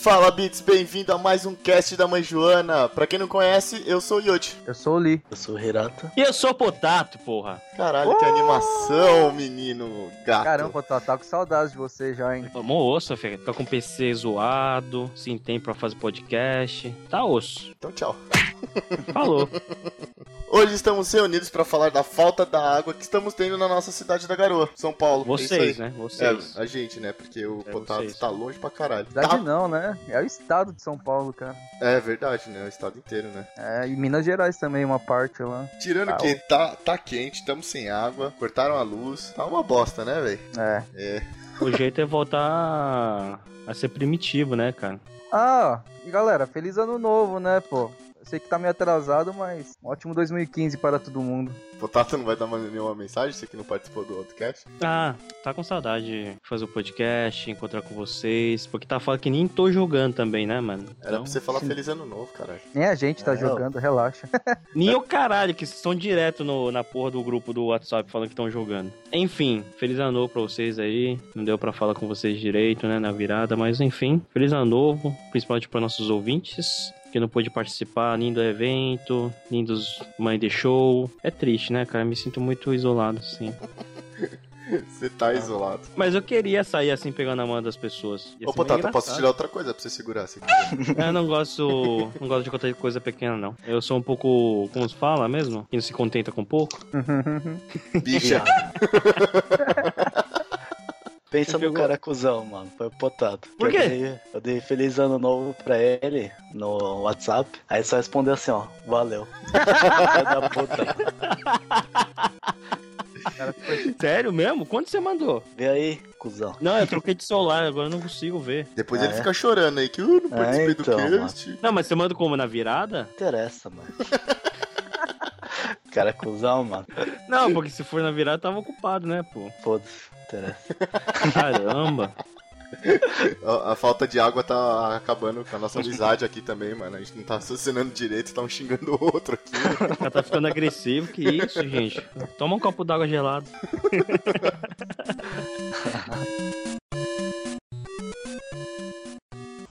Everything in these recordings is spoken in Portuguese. Fala Beats, bem-vindo a mais um cast da Mãe Joana. Pra quem não conhece, eu sou o Yote. Eu sou o Lee. Eu sou o Hirata. E eu sou o Potato, porra. Caralho, que animação, menino gato. Caramba, tá, tá com saudades de você já, hein? Tomou osso, filho. Tá com o PC zoado, sem tempo pra fazer podcast. Tá osso. Então tchau. Falou. É Hoje estamos reunidos pra falar da falta da água que estamos tendo na nossa cidade da Garoa, São Paulo. É Vocês, isso né? aí. Vocês. É, a gente, né? Porque o É, Potato vocês. tá longe pra caralho. Cidade não, né? É o estado de São Paulo, cara. Tá- É verdade, né? O estado inteiro, né? É, e Minas Gerais também, uma parte lá. Tirando Tá, que tá, tá quente, estamos sem água, cortaram a luz. Tá uma bosta, né, velho? É. O jeito é voltar a ser primitivo, né, cara? Ah, e galera, feliz ano novo, né, pô? Eu sei que tá meio atrasado, mas um ótimo 2015 para todo mundo. Potato não vai dar mais nenhuma mensagem, você que não participou do outro cast. Ah, tá com saudade de fazer o podcast, encontrar com vocês. Porque tá falando que nem tô jogando também, né, mano? Era Então, pra você falar feliz ano novo, caralho. Nem a gente tá É, jogando, relaxa. Nem o caralho, que vocês estão direto no- na porra do grupo do WhatsApp falando que estão jogando. Enfim, feliz ano novo pra vocês aí. Não deu pra falar com vocês direito, né, na virada, mas enfim, feliz ano novo, principalmente pra nossos ouvintes. Que não pôde participar nem do evento, nem dos mãe de show. É triste, né, cara? Me sinto muito isolado, assim. Você tá isolado. Mas eu queria sair assim, pegando a mão das pessoas. Ô, Ia ser meio Potato, eu posso engraçado. tirar um- outra coisa pra você segurar? assim. Você... Eu não gosto. Não gosto de contar de coisa pequena, não. Eu sou um pouco. Como se fala mesmo? Que não se contenta com pouco. Bicha. Pensa no Pegou. cara cuzão, mano. Foi o potato. Por quê? Eu dei, eu dei feliz ano novo pra ele no WhatsApp. Aí só respondeu assim, ó. Valeu. Filha da puta. tipo assim, Sério mesmo? Quando você mandou? Vê aí, cuzão. Não, eu troquei de celular, agora eu não consigo ver. Depois Ah, ele é? fica chorando aí que eu não participei É, então, do cast. Não, mas você manda como? Na virada? Não interessa, mano. cara cuzão, mano. Não, porque se for na virada, tava ocupado, né, pô? Foda-se. não Interessa. Caramba. A, a falta de água tá acabando com a nossa amizade aqui também, mano. A gente não tá assassinando direito, tá um xingando o outro aqui. O cara tá ficando agressivo, que isso, gente. Toma um copo d'água gelado.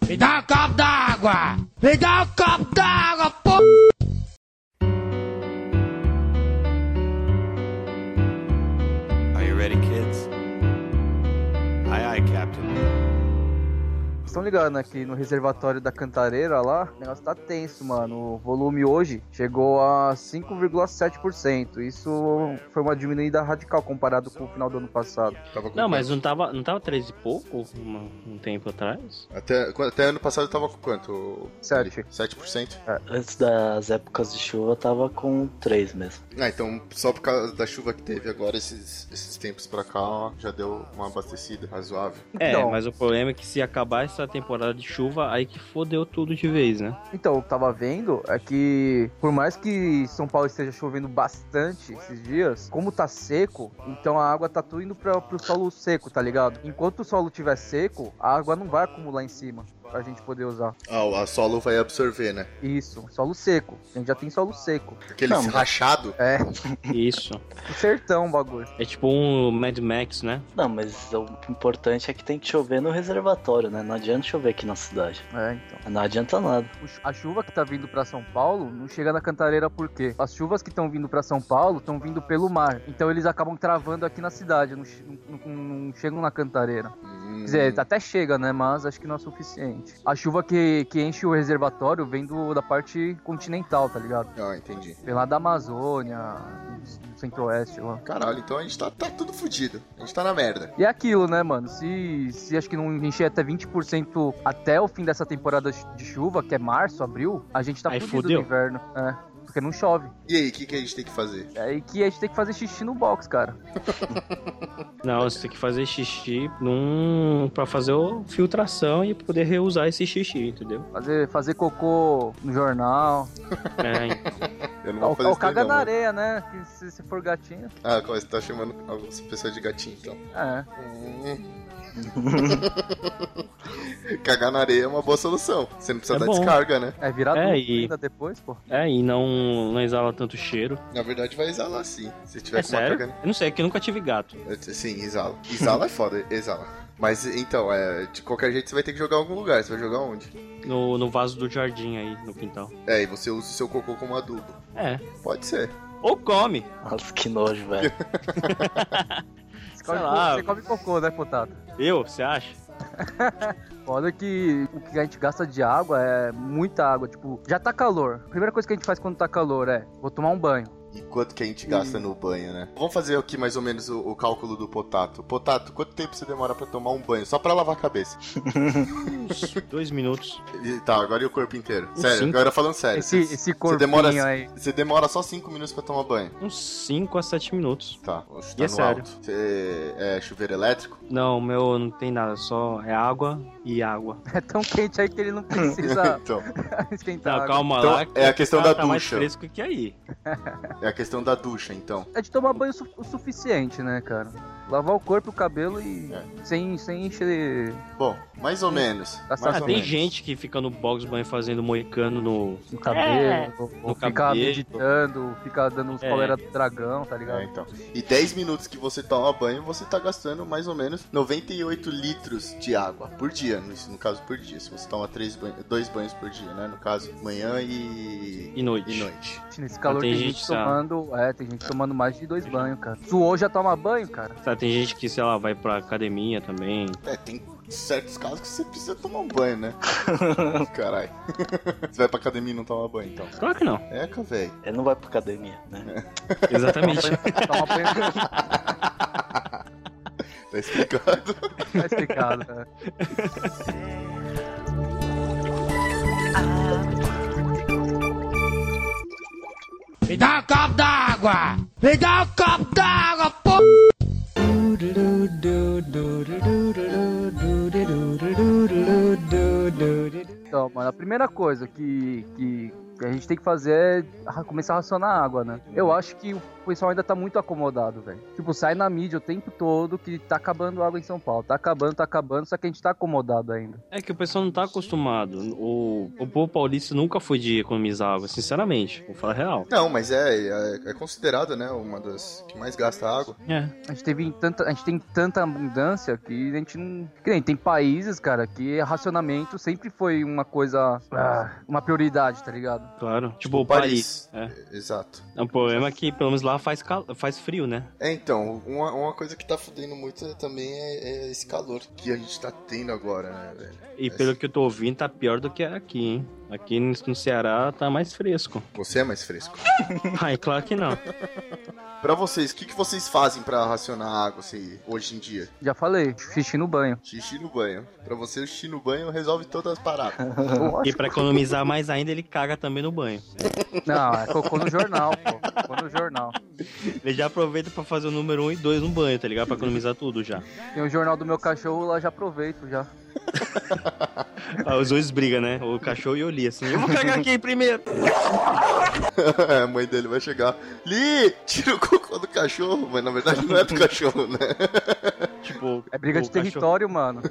Me dá um copo d'água! Me dá um copo d'água, pô! Are you ready, kids? Aye, aye, Captain. Vocês estão ligados, né, que no reservatório da Cantareira lá, o negócio tá tenso, mano. O volume hoje chegou a 5,7%. Isso foi uma diminuída radical comparado com o final do ano passado. Tava com Não, mas não tava, não tava três e pouco uma- um tempo atrás? Até, qu- até ano passado eu tava com quanto? Sete. Eli? 7%? Antes das épocas de chuva, eu tava com três mesmo. Ah, então só por causa da chuva que teve agora, esses, esses tempos pra cá, ó, já deu uma abastecida razoável. É, Então. mas o problema é que se acabar essa temporada de chuva, aí que fodeu tudo de vez, né? Então, o que eu tava vendo é que, por mais que São Paulo esteja chovendo bastante esses dias, como tá seco, então a água tá tudo indo pra, pro solo seco, tá ligado? Enquanto o solo tiver seco, a água não vai acumular em cima pra gente poder usar. Ah, o- a solo vai absorver, né? Isso, solo seco. A gente já tem solo seco. Aquele Não, mas- rachado. É, Isso. o sertão o bagulho. É tipo um Mad Max, né? Não, mas o importante é que tem que chover no reservatório, né? Não adianta chover aqui na cidade. É, então. Não adianta nada. O chu- A chuva que tá vindo pra São Paulo não chega na Cantareira por quê? As chuvas que estão vindo pra São Paulo estão vindo pelo mar. Então eles acabam travando aqui na cidade, não, che- não- não- não chegam na Cantareira. Hum, Quer Uhum. dizer, até chega, né? Mas acho que não é suficiente. A chuva que, que enche o reservatório vem do- da parte continental, tá ligado? Ah, entendi. Vem lá da Amazônia, do centro-oeste lá. Caralho, então a gente tá, tá tudo fudido. A gente tá na merda. E é aquilo, né, mano? Se, se acho que não encher até 20% até o fim dessa temporada de chuva, que é março, abril, a gente tá Aí fudido fudeu. no inverno. É, porque não chove. E aí, o que, que a gente tem que fazer? É aí que a gente tem que fazer xixi no box, cara. Não, você tem que fazer xixi num... pra fazer o filtração e poder reusar esse xixi, entendeu? Fazer, fazer cocô no jornal. É, então. Eu não Ou, ou isso daí, caga não, na mano. areia, né? Que se, se for gatinho. Ah, como você tá chamando algumas pessoas de gatinho, então. É. Cagar na areia é uma boa solução. Você não precisa É dar bom. descarga, né? É virar É, adulto e- ainda depois, pô. É, e não, não exala tanto cheiro. Na verdade, vai exalar sim. Se tiver é com uma né? sério? cagada. Eu não sei, é que eu nunca tive gato. Sim, exala. Exala é foda, exala. Mas então, é, de qualquer jeito você vai ter que jogar em algum lugar. Você vai jogar onde? No, no vaso do jardim aí, no quintal. É, e você usa o seu cocô como adubo. É. Pode ser. Ou come. Nossa, que nojo, velho. Você come, Sei co- lá. você come cocô, né, Potato? Eu, você acha? Olha que o que a gente gasta de água é muita água. Tipo, já tá calor. A primeira coisa que a gente faz quando tá calor é: vou tomar um banho. E quanto que a gente gasta Hum. no banho, né? Vamos fazer aqui mais ou menos o, o cálculo do potato. Potato, quanto tempo você demora pra tomar um banho? Só pra lavar a cabeça. Uns dois minutos. E, tá, agora e o corpo inteiro. Sério, cinco. agora falando sério. Esse, esse corpinho É, demora- aí. Você demora só 5 minutos pra tomar banho. Uns 5 a 7 minutos. Tá, você E tá é no sério. alto. Você é chuveiro elétrico? Não, o meu não tem nada, só é água e água. É tão quente aí que ele não precisa Então, esquentar. Não, água. calma Então, lá. é que a o questão cara da tá mais ducha. fresco que aí. é a questão da ducha, então. É de tomar banho su- o suficiente, né, cara? Lavar o corpo, o cabelo e. Sem, sem encher. Bom, mais ou menos. Tá mais Ah, ou tem menos. gente que fica no box banho fazendo moicano no. No cabelo, ou, ou É. No ficar cabelo. meditando, ficar dando uns É. coleira do dragão, tá ligado? É, então. E 10 minutos que você toma banho, você tá gastando mais ou menos 98 litros de água por dia. No, no caso, por dia. Se você toma três banho- dois banhos por dia, né? No caso, manhã e, E noite. e noite. Nesse calor Tem tem, gente gente, que tá- tomando. É, tem gente tomando mais de dois banhos, cara. Suou já toma banho, cara. Tá, tem gente que, sei lá, vai pra academia também. É, tem certos casos que você precisa tomar um banho, né? Caralho. você vai pra academia e não toma banho, então. Claro que não. Eca, véi. Ele não vai pra academia, né? Exatamente. Toma banho Tá explicado. tá explicado, né? Me dá um copo d'água! Me dá um copo d'água, pô! Então, mano, a primeira coisa que, que que a gente tem que fazer é ra- começar a racionar água, né? Eu acho que o pessoal ainda tá muito acomodado, velho. Tipo, sai na mídia o tempo todo que tá acabando água em São Paulo. Tá acabando, tá acabando, só que a gente tá acomodado ainda. É que o pessoal não tá acostumado. O, o povo paulista nunca foi de economizar água, sinceramente. Vou falar a real. Não, mas é, é, é considerado, né? Uma das que mais gasta água. É. A gente teve tanta, a gente tem tanta abundância que a gente não, que nem tem países, cara, que racionamento sempre foi uma coisa, ah, uma prioridade, tá ligado? Claro. Tipo, o Paris. Paris. Exato. O problema é que, pelo menos lá, faz, cal- faz frio, né? É, então, uma, uma coisa que tá fudendo muito é- também é, é esse calor que a gente tá tendo agora, né, velho? E pelo que eu tô ouvindo, tá pior do que aqui, hein? Aqui no no Ceará tá mais fresco. Você é mais fresco. Ai, claro que não. Pra vocês, o que, que vocês fazem pra racionar água assim, hoje em dia? Já falei, xixi no banho. Xixi no banho. Pra você, o xixi no banho resolve todas as paradas. E pra economizar mais ainda, ele caga também no banho. Não, é cocô no jornal, pô. Cocô no jornal. Ele já aproveita pra fazer o número 1 e 2 no banho, tá ligado? Pra economizar tudo já. Tem o jornal do meu cachorro lá, já aproveito já. Ah, os dois brigam, né? O cachorro e o Li, assim. Eu vou cagar aqui primeiro. a mãe dele vai chegar. Li, tira o cocô do cachorro, mas na verdade não é do cachorro, né? Tipo, É briga o de cachorro- território, mano.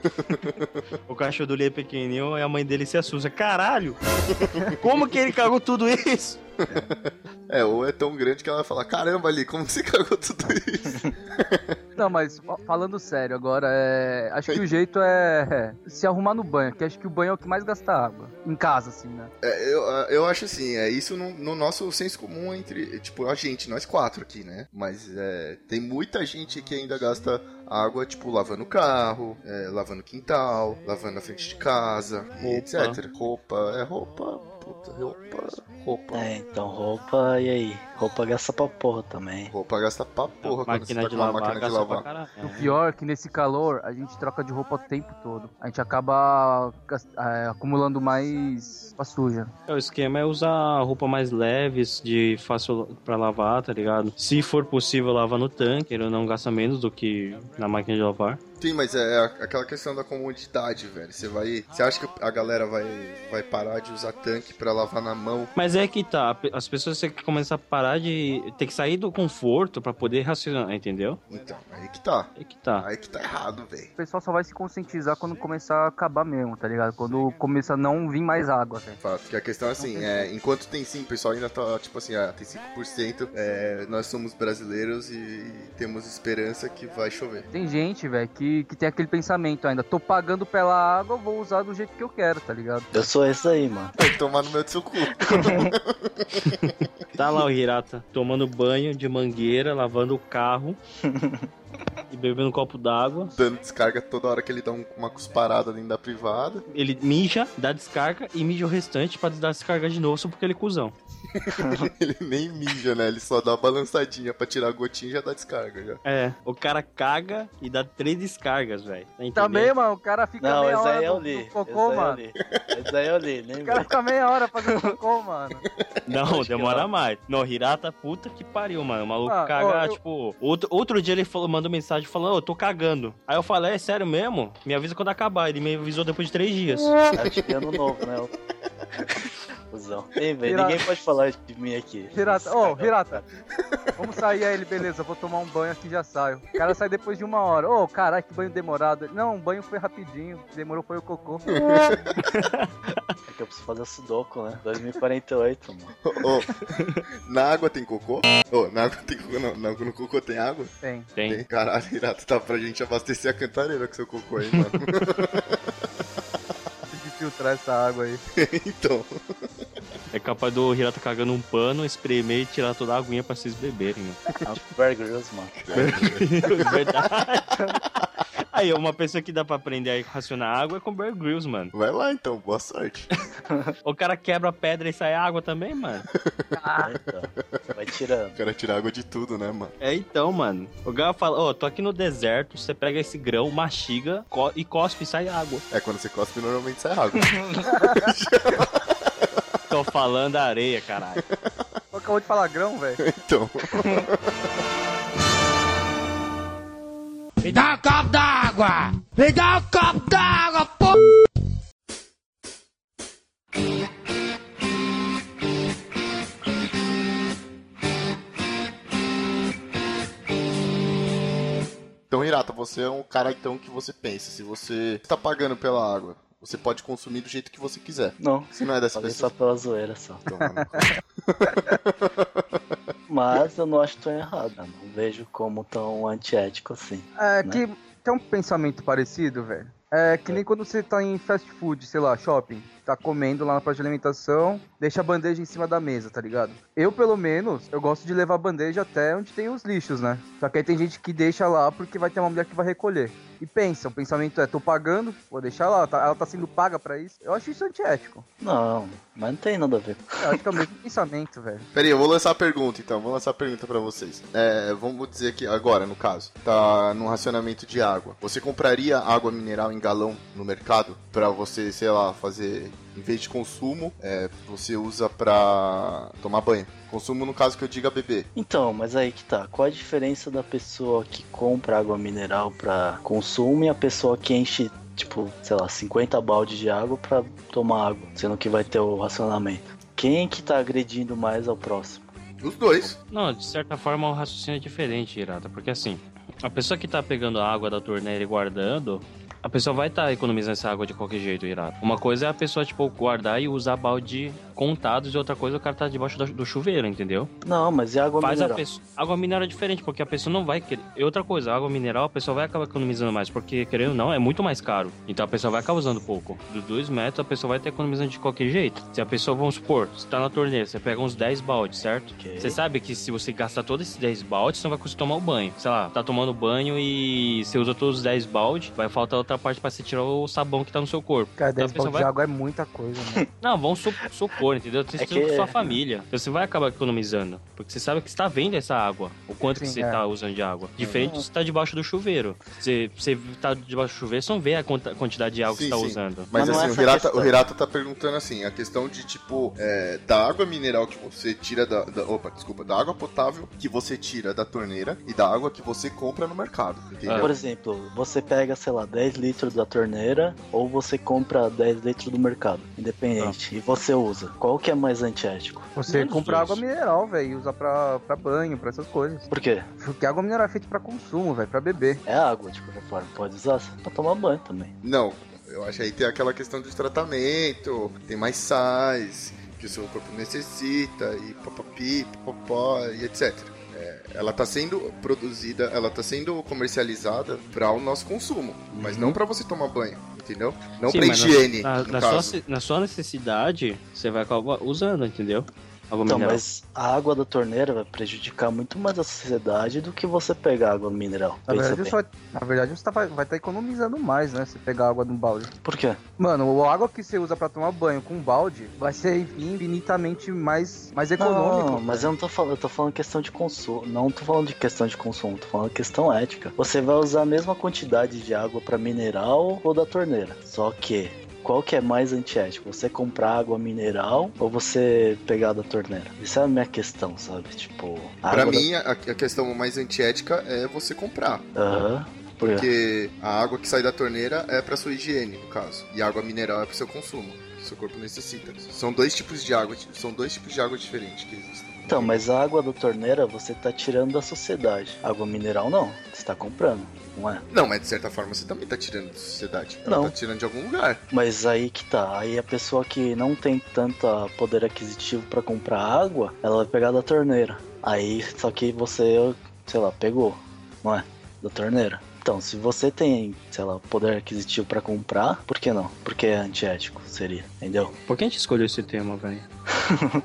O cachorro do Li é pequenininho e a mãe dele se assusta. Caralho! Como que ele cagou tudo isso? É, ou é tão grande que ela vai falar: caramba, Li, como você cagou tudo isso? Não, mas fa- falando sério agora, é... acho que o jeito é se arrumar no banho, que acho que o banho é o que mais gasta água. Em casa, assim, né? É, eu, eu acho assim, é isso no, no nosso senso comum entre, tipo, a gente, nós quatro aqui, né? Mas é, tem muita gente que ainda gasta água, tipo, lavando o carro, é, lavando o quintal, lavando a frente de casa, e Roupa. etc. Roupa, é roupa, puta, é roupa, roupa. É, então roupa, e aí? Roupa gasta pra porra também. Roupa gasta pra porra quando você É máquina tá de com uma lavar, máquina de gasta pra lavar. caralho. né? O pior é que nesse calor a gente troca de roupa o tempo todo. A gente acaba gas- é, acumulando mais roupa suja. É, O esquema é usar roupa mais leves, de fácil pra lavar, tá ligado? Se for possível, lava no tanque, ele não gasta menos do que na máquina de lavar. Sim, mas é a- aquela questão da comodidade, velho. Você vai. Você acha que a galera vai, vai parar de usar tanque pra lavar na mão? Mas é que tá, pe- as pessoas têm que começar a parar de. ter que sair do conforto pra poder raciocinar, entendeu? Então, aí que tá. É que tá. Aí que tá errado, velho. O pessoal só vai se conscientizar quando começar a acabar mesmo, tá ligado? Quando começa a não vir mais água, velho. Fato, que a questão é assim, é, enquanto tem sim, o pessoal ainda tá, tipo assim, ah, tem 5%, é, nós somos brasileiros e temos esperança que vai chover. Tem gente, velho, que que, que tem aquele pensamento ainda. Tô pagando pela água, vou usar do jeito que eu quero, tá ligado? Eu sou esse aí, mano. Vai tomar no meu do seu cu. Tá lá o Hirata tomando banho de mangueira, lavando o carro e bebendo um copo d'água. Dando descarga toda hora que ele dá um- uma cusparada dentro da privada. Ele mija, dá descarga e mija o restante pra dar descarga de novo, só porque ele é cuzão. Ele nem mija, né? Ele só dá uma balançadinha pra tirar a gotinha e já dá descarga já. É, o cara caga e dá três descargas, velho. Tá entendendo? Também, mano, o cara fica Não, meia esse hora aí eu no, li. no Esse aí cocô, eu mano. li. Esse aí eu li, O nem cara fica meia hora fazendo cocô, mano. Não, Acho que demora não. mais. Não, Hirata, puta que pariu, mano. O maluco Ah, caga, ó, eu- tipo. Outro, outro dia ele falou, mandou mensagem falando, "Ô, eu tô cagando. Aí eu falei, é sério mesmo? Me avisa quando acabar. Ele me avisou depois de três dias. Acho que é ano novo, né? Fusão. Ei, velho, Pirata. ninguém pode falar de mim aqui. Pirata, ô, pirata. Vamos sair aí, ele, beleza, vou tomar um banho aqui e já saio. O cara sai depois de uma hora. Ô, caralho, que banho demorado. Não, o banho foi rapidinho, o que demorou foi o cocô. É que eu preciso fazer sudoku, né? 2048, mano. Ô, ô, na água tem cocô? Ô, na água tem cocô não. Na água no cocô tem água? Tem. Tem. Tem. Caralho, Hirata, tá pra gente abastecer a cantareira com seu cocô aí, mano. Preciso de filtrar essa água aí. então, É capaz do Hirata cagando um pano, espremer e tirar toda a aguinha pra vocês beberem, mano. É É Bear Grylls, um mano. Verdade. Aí, uma pessoa que dá pra aprender a racionar água é com o Bear Grylls, mano. vai lá então, boa sorte. O cara quebra a pedra e sai água também, mano. Ah. Então, vai tirando. O cara tira água de tudo, né, mano? É então, mano. O cara fala, ó, tô aqui no deserto, você pega esse grão, mastiga co- e cospe e sai água. É, quando você cospe, normalmente sai água. Tô falando da areia, caralho. Pô, Acabou de falar grão, velho. Então, Me dá um copo d'água! Me dá um copo d'água, pô! então Hirata, você é um cara então que você pensa. Se você tá pagando pela água, você pode consumir do jeito que você quiser. Não. Você não é dessa Falei pessoa. só pela zoeira só. Então, mano. Mas eu não acho tão errado. Eu não vejo como tão antiético assim. É Né? que tem um pensamento parecido, velho. É que nem quando você tá em fast food, sei lá, shopping, tá comendo lá na praça de alimentação, deixa a bandeja em cima da mesa, tá ligado? Eu, pelo menos, eu gosto de levar a bandeja até onde tem os lixos, né? Só que aí tem gente que deixa lá porque vai ter uma mulher que vai recolher. E pensa, o pensamento é, tô pagando, vou deixar lá, tá- ela tá sendo paga pra isso. Eu acho isso antiético. Não, mas não tem nada a ver. Eu acho que é o mesmo pensamento, velho. Peraí, eu vou lançar a pergunta então, vou lançar a pergunta pra vocês. É, vamos dizer que agora, no caso, tá num racionamento de água. Você compraria água mineral em galão no mercado pra você, sei lá, fazer em vez de consumo, é, você usa pra tomar banho. Consumo no caso que eu diga beber. Então, mas aí que tá. Qual a diferença da pessoa que compra água mineral pra consumo e a pessoa que enche, tipo, sei lá, 50 baldes de água pra tomar água, sendo que vai ter o racionamento? Quem que tá agredindo mais ao próximo? Os dois. Não, de certa forma o raciocínio é diferente, Hirata, porque assim, a pessoa que tá pegando a água da torneira e guardando, a pessoa vai estar economizando essa água de qualquer jeito, Hirata. Uma coisa é a pessoa, tipo, guardar e usar balde contados, e outra coisa é o cara tá debaixo da- do chuveiro, entendeu? Não, mas e a água Faz a mineral? pessoa. Água mineral é diferente, porque a pessoa não vai querer. E outra coisa, a água mineral a pessoa vai acabar economizando mais, porque querendo ou não, é muito mais caro. Então a pessoa vai acabar usando pouco. Dos dois metros, a pessoa vai estar economizando de qualquer jeito. Se a pessoa, vamos supor, você tá na torneira, você pega uns 10 baldes, certo? Ok. Você sabe que se você gastar todos esses 10 baldes, você não vai conseguir tomar o banho. Sei lá, tá tomando banho e você usa todos os 10 baldes, vai faltar outra parte pra você tirar o sabão que tá no seu corpo. Cara, Então a 10 pessoa pau vai de água é muita coisa, mano. não, vão su- supor, entendeu? Você É estuda com que- sua família. Então você vai acabar economizando. Porque você sabe que você tá vendo essa água. O quanto que Sim, você é. tá usando de água. Diferente se você tá debaixo do chuveiro. Você, você tá debaixo do chuveiro, você não vê a quanta- quantidade de água que Sim, você tá sim. usando. Mas, Mas não é assim, o, essa a Hirata, questão. o Hirata tá perguntando assim, a questão de, tipo, é, da água mineral que você tira da, da- Opa, desculpa, da água potável que você tira da torneira e da água que você compra no mercado, entendeu? Por exemplo, você pega, sei lá, 10 litros da torneira ou você compra 10 litros do mercado, Ah. independente, e você usa. Qual que é mais antiético? Você Menos compra dois. água mineral, velho, e usa pra, pra banho, pra essas coisas. Por quê? Porque a água mineral é feita pra consumo, velho, pra beber. É água, de qualquer forma. Pode usar pra tomar banho também. Não, eu acho que aí tem aquela questão do tratamento, tem mais sais que o seu corpo necessita, e papapi, papapó, e etc. ela tá sendo produzida, ela tá sendo comercializada para o nosso consumo, mas não para você tomar banho, entendeu? Não Uhum. Sim, para mas na- higiene, Na, no na sua, caso. se- na sua necessidade, você vai acabar usando, entendeu? Água Então, mineral. mas a água da torneira vai prejudicar muito mais a sociedade do que você pegar água mineral. Na Pensa verdade, bem. só, na verdade você tá- vai estar economizando mais, né? Se pegar água num balde. Por quê? Mano, a água que você usa pra tomar banho com um balde vai ser infinitamente mais, mais econômico. né? Não, é mas eu não tô falando, eu tô falando questão de consumo. Não tô falando de questão de consumo, tô falando questão ética. Você vai usar a mesma quantidade de água pra mineral ou da torneira. Só que qual que é mais antiético? Você comprar água mineral ou você pegar da torneira? Isso é a minha questão, sabe? Tipo, a Pra água da- mim, a, a questão mais antiética é você comprar. Aham. Por quê? Porque a água que sai da torneira é pra sua higiene, no caso. E a água mineral é pro seu consumo, que seu corpo necessita. São dois tipos de água, são dois tipos de água diferentes que existem. Então, mas a água da torneira você tá tirando da sociedade. Água mineral não, você tá comprando, não é? Não, mas de certa forma você também tá tirando da sociedade. Ela Não. tá tirando de algum lugar. Mas aí que tá, aí a pessoa que não tem tanta poder aquisitivo pra comprar água, ela vai pegar da torneira. Aí, só que você, sei lá, pegou, não é? Da torneira. Então, se você tem, sei lá, poder aquisitivo pra comprar, por que não? Porque é antiético, seria, entendeu? Por que a gente escolheu esse tema, velho?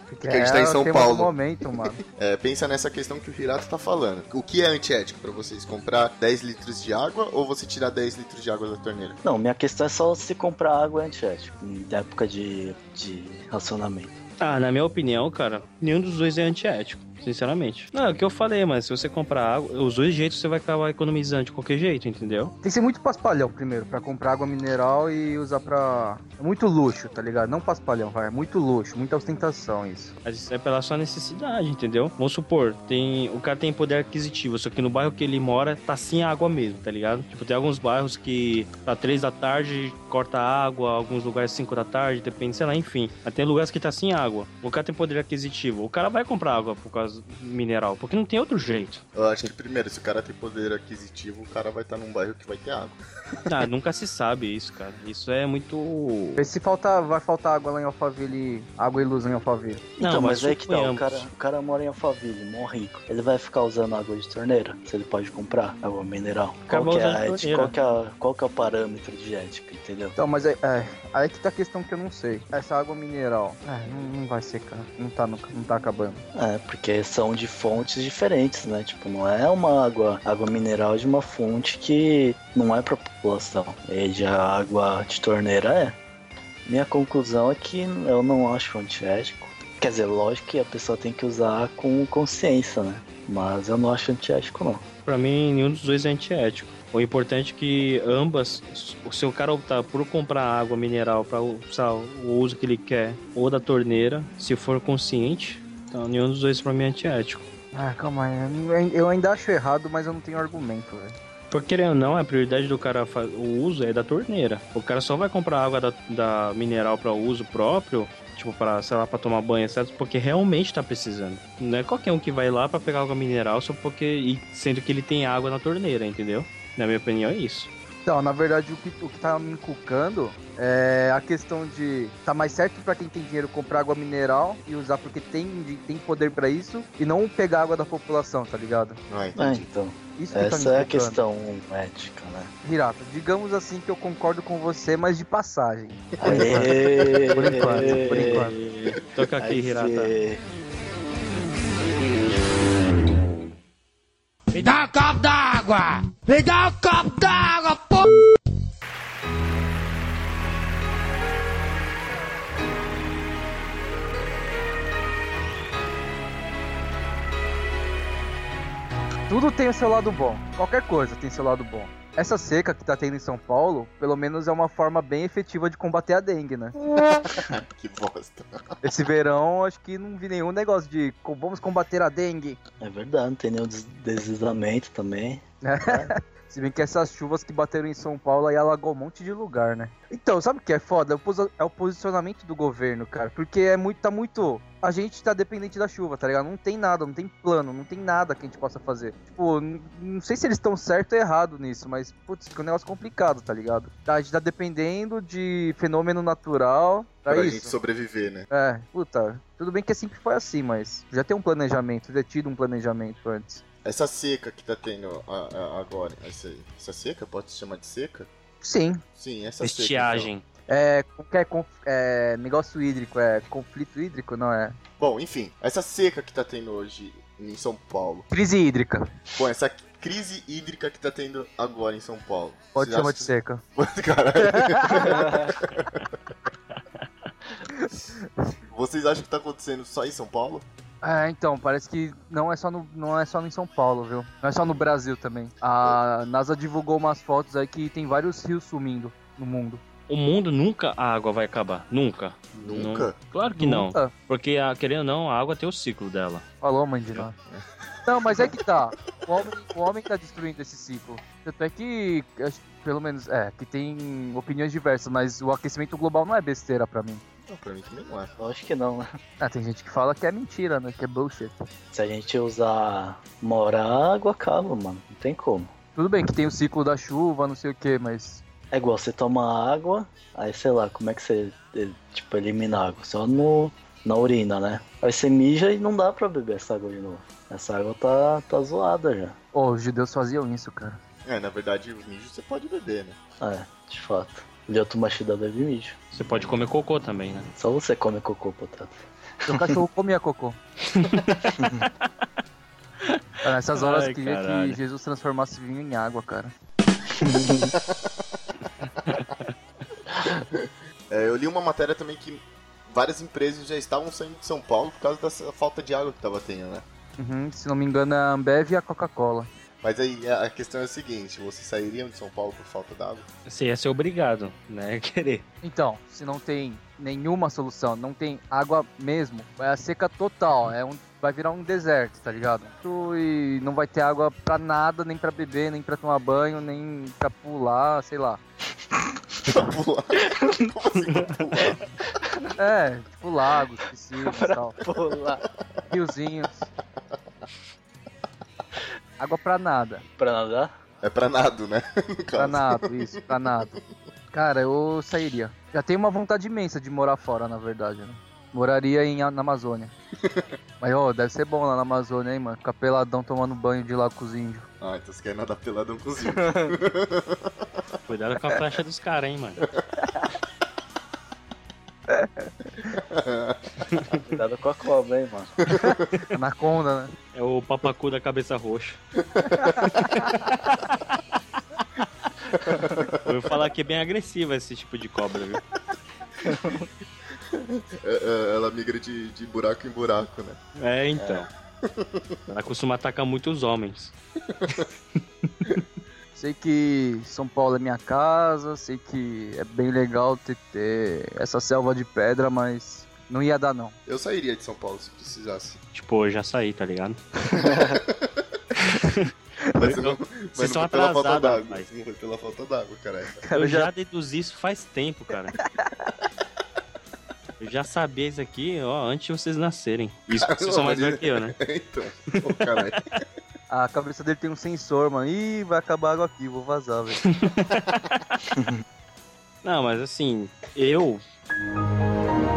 Porque a gente tá em São Paulo. É, um momento, mano. É, pensa nessa questão que o Hirato tá falando. O que é antiético pra vocês? Comprar 10 litros de água ou você tirar 10 litros de água da torneira? Não, minha questão é só se comprar água é antiético, em época de, de racionamento. Ah, na minha opinião, cara, nenhum dos dois é antiético, sinceramente. Não, é o que eu falei, mas se você comprar água, os dois jeitos você vai acabar economizando de qualquer jeito, entendeu? Tem que ser muito paspalhão primeiro, pra comprar água mineral e usar pra. É muito luxo, tá ligado? Não paspalhão, vai. É muito luxo, muita ostentação isso. Mas isso é pela sua necessidade, entendeu? Vamos supor, tem, o cara tem poder aquisitivo, só que no bairro que ele mora tá sem água mesmo, tá ligado? Tipo, tem alguns bairros que tá três da tarde, corta água, alguns lugares 5 da tarde, depende, sei lá, enfim. Mas tem lugares que tá sem água. O cara tem poder aquisitivo, o cara vai comprar água por causa do mineral, porque não tem outro jeito. Eu acho que primeiro, se o cara tem poder aquisitivo, o cara vai estar num bairro que vai ter água. Ah, nunca se sabe isso, cara. Isso é muito. Vê se falta, vai faltar água lá em Alphaville, água e luz em Alphaville. Não, então, mas, aí que tá, o suponhamos. cara, o cara mora em Alphaville, mó rico. Ele vai ficar usando água de torneira? Se ele pode comprar água mineral. Qual Acaba que, é usando a ética, torneira. qual, que é, a- qual que é o parâmetro de ética, entendeu? Então, mas é, é, aí que tá a questão que eu não sei. Essa água mineral, é, não, não vai secar, não tá, no, não tá acabando. É, porque são de fontes diferentes, né? Tipo, não é uma água, água mineral de uma fonte que não é pra população. E já a água de torneira é. Minha conclusão é que eu não acho antiético. Quer dizer, lógico que a pessoa tem que usar com consciência, né? Mas eu não acho antiético, não. Pra mim, nenhum dos dois é antiético. O importante é que ambas, se o cara optar por comprar água mineral para o uso que ele quer, ou da torneira, se for consciente, então nenhum dos dois pra mim é antiético. Ah, calma aí. eu- Eu ainda acho errado, mas eu não tenho argumento, velho. Porque querendo ou não, a prioridade do cara, fa- o uso é da torneira. O cara só vai comprar água da, da mineral para uso próprio, tipo, para sei lá, pra tomar banho, etc. Porque realmente tá precisando. Não é qualquer um que vai lá pra pegar água mineral só porque. E sendo que ele tem água na torneira, entendeu? Na minha opinião, é isso. Então, na verdade, o que, o que tá me inculcando é a questão de tá mais certo pra quem tem dinheiro comprar água mineral e usar porque tem, de- tem poder pra isso e não pegar água da população, tá ligado? Ah, É, entendi. então. Isso que tá me Essa é a inculcando. questão ética, né? Hirata, digamos assim que eu concordo com você, mas de passagem. Aê! Por enquanto, por enquanto. Toca aqui, Hirata. Aê! Me dá um copo d'água! Me dá um copo d'água, pô! Tudo tem o seu lado bom. Qualquer coisa tem seu lado bom. Essa seca que tá tendo em São Paulo, pelo menos é uma forma bem efetiva de combater a dengue, né? Que bosta. Esse verão, acho que não vi nenhum negócio de "Co- vamos combater a dengue. É verdade, não tem nenhum des- deslizamento também. Se bem que essas chuvas que bateram em São Paulo aí alagou um monte de lugar, né? Então, sabe o que é foda? É o posi- É o posicionamento do governo, cara. Porque é muito, tá muito. A gente tá dependente da chuva, tá ligado? Não tem nada, não tem plano, não tem nada que a gente possa fazer. Tipo, n- não sei se eles estão certo ou errado nisso, mas, putz, fica um negócio complicado, tá ligado? A gente tá dependendo de fenômeno natural pra, pra gente isso. sobreviver, né? É, puta. Tudo bem que sempre foi assim, mas já tem um planejamento, já tido um planejamento antes. Essa seca que tá tendo a- a- agora, essa, essa seca, pode se chamar de seca? Sim, Sim, essa seca. então. Estiagem. É, qualquer conf- é, negócio hídrico, é conflito hídrico, não é? então. Bom, enfim, essa seca que tá tendo hoje em São Paulo, Crise hídrica, com essa crise hídrica que tá tendo agora em São Paulo. pode Vocês chamar de acham- seca. Caralho. Vocês acham que tá acontecendo só em São Paulo? É, então, parece que não é, só no, não é só em São Paulo, viu? Não é só no Brasil também. A NASA divulgou umas fotos aí que tem vários rios sumindo no mundo. O mundo nunca a água vai acabar. Nunca. Nunca. Claro que não. Puta, Porque, a- querendo ou não, a água tem o ciclo dela. Falou, Mandina. Não, mas é que tá. O homem, o homem tá destruindo esse ciclo. Tanto é que, acho que pelo menos, é, que tem opiniões diversas, mas o aquecimento global não é besteira pra mim. Não, pra mim também não é. Lógico que não, né? Ah, tem gente que fala que é mentira, né? Que é bullshit. Se a gente usar mora água, acaba, mano. Não tem como. Tudo bem que tem o ciclo da chuva, não sei o que, mas. É igual você toma água, aí sei lá, como é que você eh, tipo, elimina a água? Só no, na urina, né? Aí você mija e não dá pra beber essa água de novo. Essa água tá, tá zoada já. Ô, os judeus faziam isso, cara. É, na verdade, o mijo você pode beber, né? É, de fato. Liotomachida bebe mijo. Você pode comer cocô também, né? Só você come cocô, potato. O cachorro comia cocô. Cara, nessas horas Ai, eu queria caralho. que Jesus transformasse vinho em água, cara. É, eu li uma matéria também que várias empresas já estavam saindo de São Paulo por causa dessa falta de água que tava tendo, né? Uhum, se não me engano, é a Ambev e a Coca-Cola. Mas aí a a questão é a seguinte, vocês sairiam de São Paulo por falta d'água? Você ia ser obrigado, né? Querer. Então, se não tem nenhuma solução, não tem água mesmo, é a seca total, é um, vai virar um deserto, tá ligado? Tu- E não vai ter água pra nada, nem pra beber, nem pra tomar banho, nem pra pular, sei lá. Pra pular. Como assim pra pular? É, tipo lagos, piscinas e tal, Pô, lá. riozinhos. Água pra nada, pra nadar? É pra nado, né? No pra caso. nada, isso, pra nada. Cara, eu sairia. Já tenho uma vontade imensa de morar fora, na verdade, né? Moraria em, na Amazônia. Mas, ó, deve ser bom lá na Amazônia, hein, mano? Ficar peladão tomando banho de lá com os índios. Ah, então você quer nadar peladão com os índios. Cuidado com a flecha dos caras, hein, mano. Cuidado com a cobra, hein, mano. Anaconda, né? É o papacu da cabeça roxa. Eu ia falar que é bem agressiva esse tipo de cobra, viu? É, é, Ela migra de, de buraco em buraco, né? É, então. Ela costuma atacar muitos homens. Sei que São Paulo é minha casa, sei que é bem legal ter, ter essa selva de pedra, mas não ia dar, não. Eu sairia de São Paulo se precisasse. Tipo, eu já saí, tá ligado? Mas eu não, mas Vocês não são foi pela falta atrasados, d'água. rapaz. Não foi pela falta d'água, caralho. Cara, eu já- já... deduzi isso faz tempo, cara. eu já sabia isso aqui, ó, antes de vocês nascerem. Isso porque vocês são mais velhos que eu, né? Então, pô, caralho. A cabeça dele tem um sensor, mano. Ih, vai acabar a água aqui, vou vazar, velho. Não, mas assim, eu.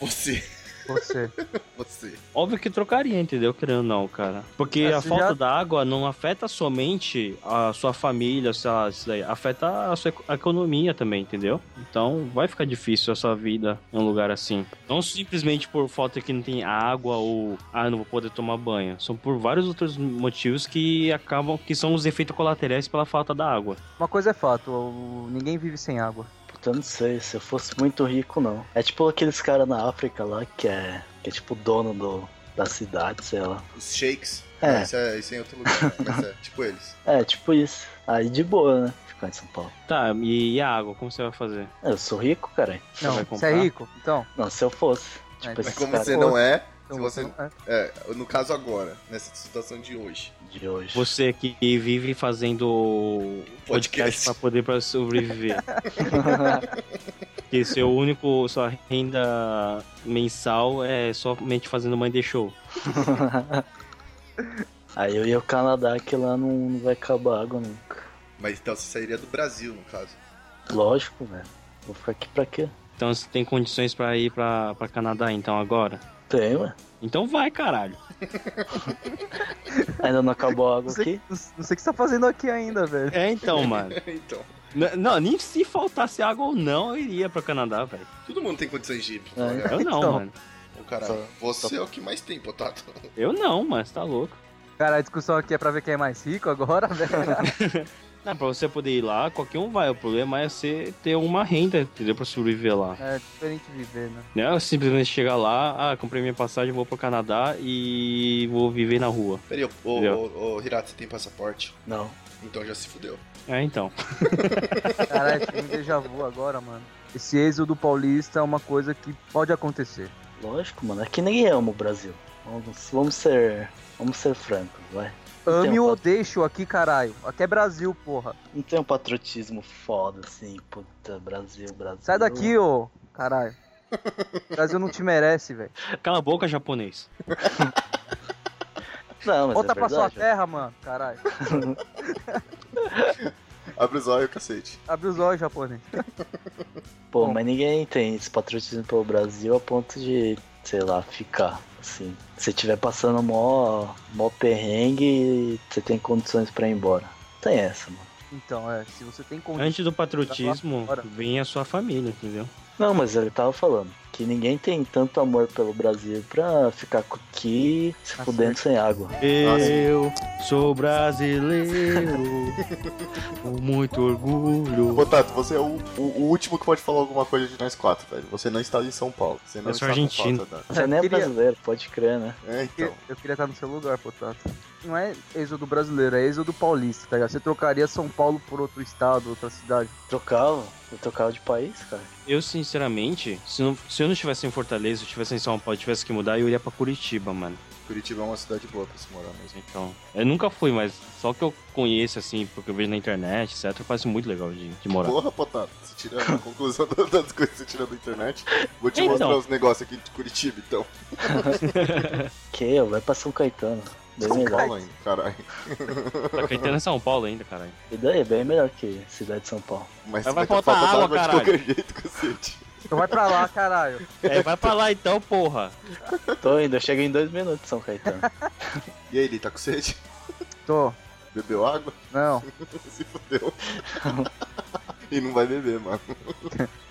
Você, Você. você. Óbvio que trocaria, entendeu? Querendo ou não, cara. Porque É, a você falta já- da água não afeta somente a sua família, sei lá, isso daí. Afeta a sua eco- economia também, entendeu? Então vai ficar difícil a sua vida em um lugar assim. Não simplesmente por falta que não tem água ou ah, não vou poder tomar banho. São por vários outros motivos que acabam que são os efeitos colaterais pela falta da água. Uma coisa é fato, o- ninguém vive sem água. Puta, eu não sei, se eu fosse muito rico, não. É tipo aqueles caras na África lá que é, que é tipo dono do, da cidade, sei lá. Os shakes. É. Não, Isso é, isso é em outro lugar. né? Mas é, tipo eles. É, tipo isso. Aí de boa, né? Ficar em São Paulo. Tá, e, e a água, como você vai fazer? É, Eu sou rico, cara. vai Não, comprar? você é rico? Então, Não, se eu fosse. É, Tipo, mas Mas esses como caras. você não é, Então Se você você- não é. É, no caso agora, nessa situação de hoje. de hoje. Você que vive fazendo podcast Podcast. pra poder pra sobreviver. que seu único, sua renda mensal é somente fazendo mãe de show. Aí eu ia ao Canadá que lá não, não vai acabar água nunca. Mas então você sairia do Brasil, no caso. Lógico, velho. Vou ficar aqui pra quê? Então você tem condições pra ir pra, pra Canadá então agora? Tem, ué. Então vai, caralho. Ainda não acabou a Não água sei, aqui? não não sei o que você tá fazendo aqui ainda, velho. É então, mano. então, N- não, nem se faltasse água ou não, eu iria pra Canadá, velho. todo mundo tem condições de ir. É. É. Eu não, Então. mano. Ô, caralho, você é o que mais tem, Potato. Eu não, mano, você tá louco. Cara, a discussão aqui é pra ver quem é mais rico agora, velho. Não, pra você poder ir lá, qualquer um vai. O problema é você ter uma renda, entendeu? Pra sobreviver lá. É diferente viver, né? Não é simplesmente chegar lá, ah, comprei minha passagem, vou pro Canadá e vou viver na rua. Peraí, ô, ô, Entendeu? ô, ô, Hirata, você tem passaporte? Não. Então já se fudeu. É, então. Caralho, tive um déjà vu agora, mano. Esse êxodo paulista é uma coisa que pode acontecer. Lógico, mano. Aqui ninguém ama o Brasil. Vamos, vamos ser. Vamos ser francos, vai. Ame Tem um ou ponto. deixo aqui, caralho. Aqui é Brasil, porra. Não tem um patriotismo foda assim, puta, Brasil, Brasil. Sai daqui, ô, caralho. O Brasil não te merece, velho. Cala a boca, japonês. Não, mas Volta é pra sua verdade. terra, mano. Caralho. Abre os olhos, cacete. Abre os olhos, japonês. Pô, mas ninguém tem esse patriotismo pelo Brasil a ponto de, sei lá, ficar assim. Se tiver passando mó, mó perrengue, você tem condições pra ir embora. Tem essa, mano. Então, é, se você tem condição. Antes do patriotismo, Bora. vem a sua família, entendeu? Não, mas eu tava falando que ninguém tem tanto amor pelo Brasil pra ficar aqui se Tá fudendo sem água. Eu sou brasileiro, com muito orgulho. Potato, você é o, o, o último que pode falar alguma coisa de nós quatro, velho. Você não está em São Paulo. Você não Eu está sou com argentino. falta da- Você nem é queria- brasileiro, pode crer, né? É, então. Eu queria estar no seu lugar, portanto. Não é êxodo brasileiro, é êxodo paulista, tá ligado? Você trocaria São Paulo por outro estado, outra cidade. Trocava, eu trocava de país, cara. Eu, sinceramente, se, não- se eu não estivesse em Fortaleza, se eu estivesse em São Paulo, tivesse que mudar, eu iria pra Curitiba, mano. Curitiba é uma cidade boa pra se morar mesmo. Então, eu nunca fui, mas só que eu conheço, assim, porque eu vejo na internet, etc. Parece muito legal de, de morar. Porra, Potato, você tira a conclusão da- das coisas que você tira da internet. Vou te Então. mostrar os negócios aqui de Curitiba, então. Que eu, vai pra São Caetano. Bem São melhor. Paulo ainda, caralho. Tá Caetano em São Paulo ainda, caralho. E daí é bem melhor que cidade de São Paulo. Mas Mas vai ter faltar falta água, d'água de caralho. qualquer jeito, cacete. Então vai pra lá, caralho. É, vai pra lá então, porra. Tô indo, eu chego em dois minutos, São Caetano. E aí, ele tá com sede? Tô. Bebeu água? Não, Se fudeu. e não vai beber, mano.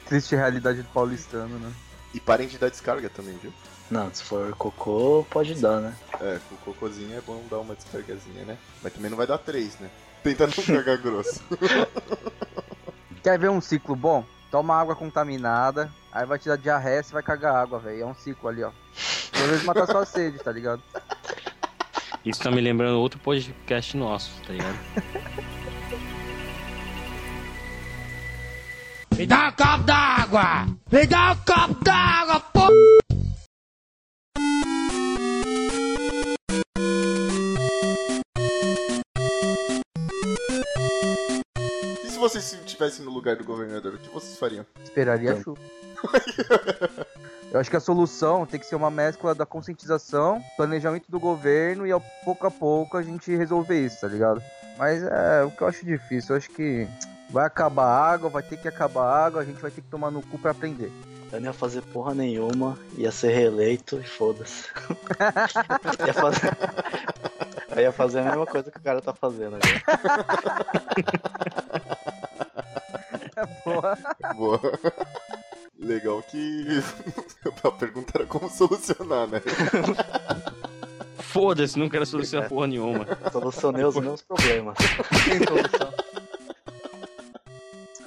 triste realidade do paulistano, né? E parem de dar descarga também, viu? Não, se for cocô, pode dar, né? É, com cocôzinho é bom dar uma descargazinha, né? Mas também não vai dar três, né? Tenta não cagar grosso. Quer ver um ciclo bom? Toma água contaminada, aí vai te dar diarreia, você vai cagar água, velho. É um ciclo ali, ó. Às vezes matar sua sede, tá ligado? Isso tá me lembrando outro podcast nosso, tá ligado? Me dá um copo d'água! Me dá um copo d'água, pô! E se vocês se estivessem no lugar do governador, o que vocês fariam? Esperaria Então. chuva. Eu acho que a solução tem que ser uma mescla da conscientização, planejamento do governo e ao pouco a pouco a gente resolver isso, tá ligado? Mas é o que eu acho difícil. Eu acho que vai acabar a água, vai ter que acabar a água, a gente vai ter que tomar no cu pra aprender. Eu não ia fazer porra nenhuma, ia ser reeleito e foda-se. ia fazer... Eu ia fazer a mesma coisa que o cara tá fazendo agora. Boa. Boa. Legal que. a pergunta era como solucionar, né? Foda-se, não quero solucionar porra nenhuma. Solucionei os meus problemas. Tem solução.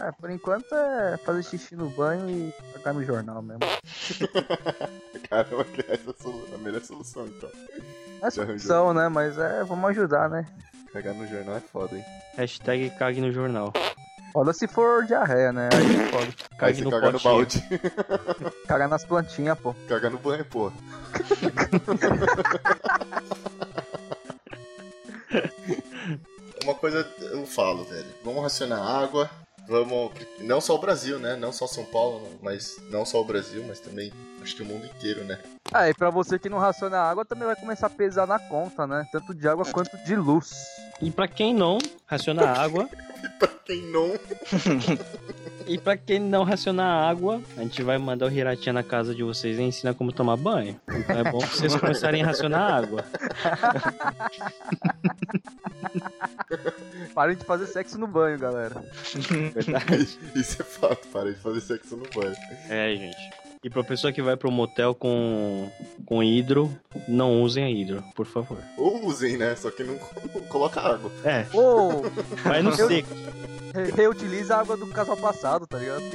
É, por enquanto é fazer xixi no banho e cagar no jornal mesmo. Cara, vai criar essa solu- a melhor solução, então. É solução, né? Mas é, vamos ajudar, né? Cagar no jornal é foda, hein? Hashtag cague no jornal. Olha se for diarreia, né? Aí pode. Aí Cague você no cagar no potinho. balde. Cagar nas plantinhas, pô. Cagar no banho, porra. Uma coisa eu falo, velho. Vamos racionar água. Vamos. Não só o Brasil, né? Não só São Paulo, mas não só o Brasil, mas também acho que o mundo inteiro, né? Ah, e pra você que não raciona água, também vai começar a pesar na conta, né? Tanto de água quanto de luz. E pra quem não raciona água, Pra quem não. e pra quem não raciona água, a gente vai mandar o Hiratinha na casa de vocês e ensina como tomar banho. Então é bom pra vocês começarem a racionar água. Parem de fazer sexo no banho, galera. Verdade. Isso é fato, para de fazer sexo no banho. É, gente. E pra pessoa que vai pro motel com, com hidro, não usem a hidro, por favor. Ou usem, né? Só que não co- coloca água. É, Ou vai no Eu- seco. re- reutiliza a água do casal passado, tá ligado?